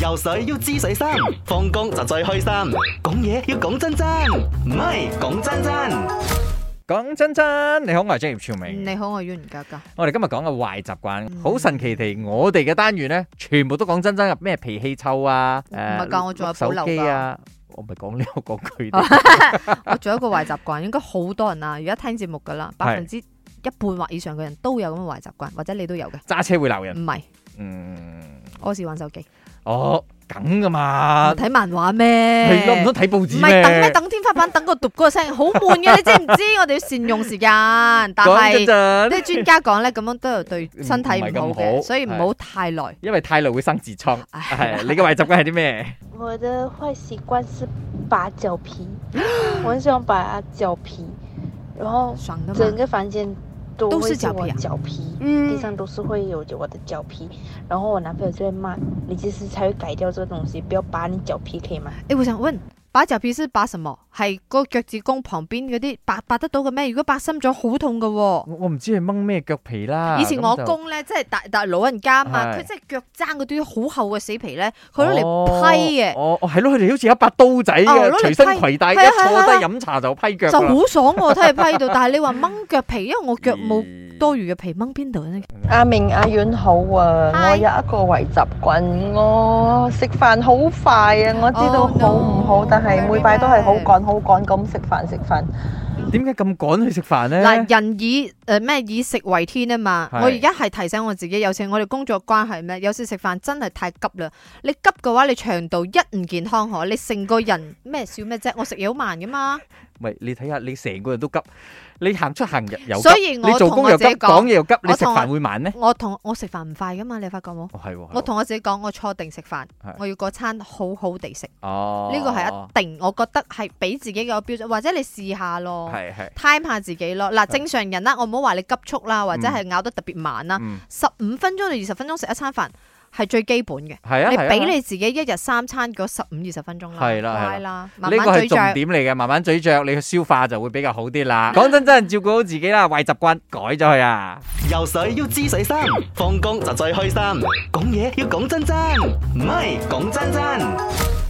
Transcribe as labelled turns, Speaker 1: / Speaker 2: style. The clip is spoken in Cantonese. Speaker 1: 游水要知水深，放工就最開心。講嘢要講真真，唔係講真真。
Speaker 2: 講真真，你好，我係職業潮明。
Speaker 3: 嗯
Speaker 2: 啊
Speaker 3: 你好，我係袁家家。
Speaker 2: 我哋今日講嘅壞習慣，
Speaker 3: 嗯
Speaker 2: 好神奇地，我哋嘅單元咧，全部都講真真嘅，咩脾氣臭啊，誒、
Speaker 3: 唔係㗎我仲有
Speaker 2: 碌
Speaker 3: 保留
Speaker 2: 手機
Speaker 3: 㗎
Speaker 2: 啊，我唔係講呢個講佢
Speaker 3: 哦
Speaker 2: 哋，
Speaker 3: 我仲有一個壞習慣，應該好多人啊，而家聽節目噶啦，百分之一半或以上嘅人都有咁嘅壞習慣，或者你都有嘅。
Speaker 2: 揸車會鬧人
Speaker 3: 唔。係，
Speaker 2: 嗯，
Speaker 3: 屙屎玩手機，
Speaker 2: 哦，梗噶
Speaker 3: 唔
Speaker 2: 嘛，
Speaker 3: 睇漫畫咩？
Speaker 2: 啊係咯，唔通睇報
Speaker 3: 唔
Speaker 2: 紙
Speaker 3: 係等咩？
Speaker 2: 咩？
Speaker 3: 等天花板，等個讀嗰個聲，好悶 嘅，你知唔知？我哋要善用時間，但
Speaker 2: 講真
Speaker 3: 係
Speaker 2: 真，
Speaker 3: 啲專家講咧，咁樣都有對身體唔好
Speaker 2: 唔係咁好
Speaker 3: 嘅，所以唔好太耐。
Speaker 2: 因為太耐會生痔瘡。
Speaker 3: 唉
Speaker 2: 係你嘅壞習慣係啲 咩？
Speaker 4: 我的坏习惯是拔脚 皮，我很喜欢拔脚皮，然后
Speaker 3: 爽噶
Speaker 4: 整
Speaker 3: 嘛，
Speaker 4: 个房间都
Speaker 3: 都
Speaker 4: 会
Speaker 3: 是脚
Speaker 4: 我
Speaker 3: 皮啊
Speaker 4: 脚皮，地
Speaker 3: 嗯，
Speaker 4: 上都是会有我的脚皮，然后我男朋友就会骂你，其实才会改掉这个东西，不要拔你脚皮，可以吗？
Speaker 3: 诶，我想問，拔腳皮是拔什麼？係個腳趾公旁邊嗰啲拔拔得到嘅咩？如果拔深咗，好痛噶喎。
Speaker 2: 我我唔知佢掹咩腳皮啦。
Speaker 3: 以前我
Speaker 2: 啊咁就
Speaker 3: 公咧，即係大大老人家啊嘛，
Speaker 2: 係
Speaker 3: 佢即係腳踭嗰啲好厚嘅死皮咧，佢攞嚟批嘅，
Speaker 2: 哦，哦，系咯，佢哋好似有一把刀仔
Speaker 3: 哦
Speaker 2: 嘅，
Speaker 3: 攞嚟
Speaker 2: 隨身攜帶，一
Speaker 3: 批係啊係啊
Speaker 2: 坐
Speaker 3: 係啊
Speaker 2: 低飲茶就批腳
Speaker 3: 就
Speaker 2: 㗎啦。
Speaker 3: 好爽 我睇佢批到。但係你話掹腳皮，因為我腳冇多餘嘅皮掹邊度咧？
Speaker 5: 阿明阿遠好啊我
Speaker 3: Hi
Speaker 5: 有一個壞習慣，我食飯好快啊，我知道
Speaker 3: Oh, no.
Speaker 5: 好唔好但
Speaker 3: Oh，
Speaker 5: 係每拜都係好趕好趕咁食飯食飯。
Speaker 2: 點解咁趕去食飯咧？
Speaker 3: 嗱，人以誒咩以食為天啊嘛，
Speaker 2: 係
Speaker 3: 我而家係提醒我自己，有時我哋工作關係咩，有時食飯真係太急啦。你急嘅話，你腸道一唔健康可，你成個人咩笑咩啫？我食嘢好慢 噶嘛，
Speaker 2: 喂，你睇下你成個人都急，你行出行入又急，
Speaker 3: 所以我
Speaker 2: 你做
Speaker 3: 同
Speaker 2: 工
Speaker 3: 我
Speaker 2: 又
Speaker 3: 自
Speaker 2: 急，
Speaker 3: 己
Speaker 2: 講
Speaker 3: 講，
Speaker 2: 嘢又急，你
Speaker 3: 我
Speaker 2: 食
Speaker 3: 同我
Speaker 2: 飯會慢咧？
Speaker 3: 我同我食飯唔快噶嘛，你發覺冇？
Speaker 2: 哦，係喎，
Speaker 3: 我同我自己講，我坐定食飯
Speaker 2: 係，
Speaker 3: 我要嗰餐好好地食，
Speaker 2: 哦
Speaker 3: 呢個係一定，我覺得係俾自己嘅標準，或者你試下咯
Speaker 2: 係係，
Speaker 3: ，time 下自己咯。嗱，正常人啦，我唔好話你急速啦，或者係咬得特別慢啦，
Speaker 2: 嗯，
Speaker 3: 十五分鐘到二十分鐘食一餐飯係最基本嘅。
Speaker 2: 係啊，
Speaker 3: 你
Speaker 2: 係啊
Speaker 3: 俾你自己一日三餐嗰十五二十分鐘啦，
Speaker 2: 係啦係啦
Speaker 3: 乖啦，慢
Speaker 2: 呢
Speaker 3: 慢
Speaker 2: 個係
Speaker 3: 咀
Speaker 2: 重
Speaker 3: 嚼。
Speaker 2: 點嚟嘅，慢慢咀嚼，你嘅消化就會比較好啲 啦。講真真，照顧好自己啦，壞習慣改咗佢啊！
Speaker 1: 游水要知水深，放工就最開心。講嘢要講真真，唔係講真真。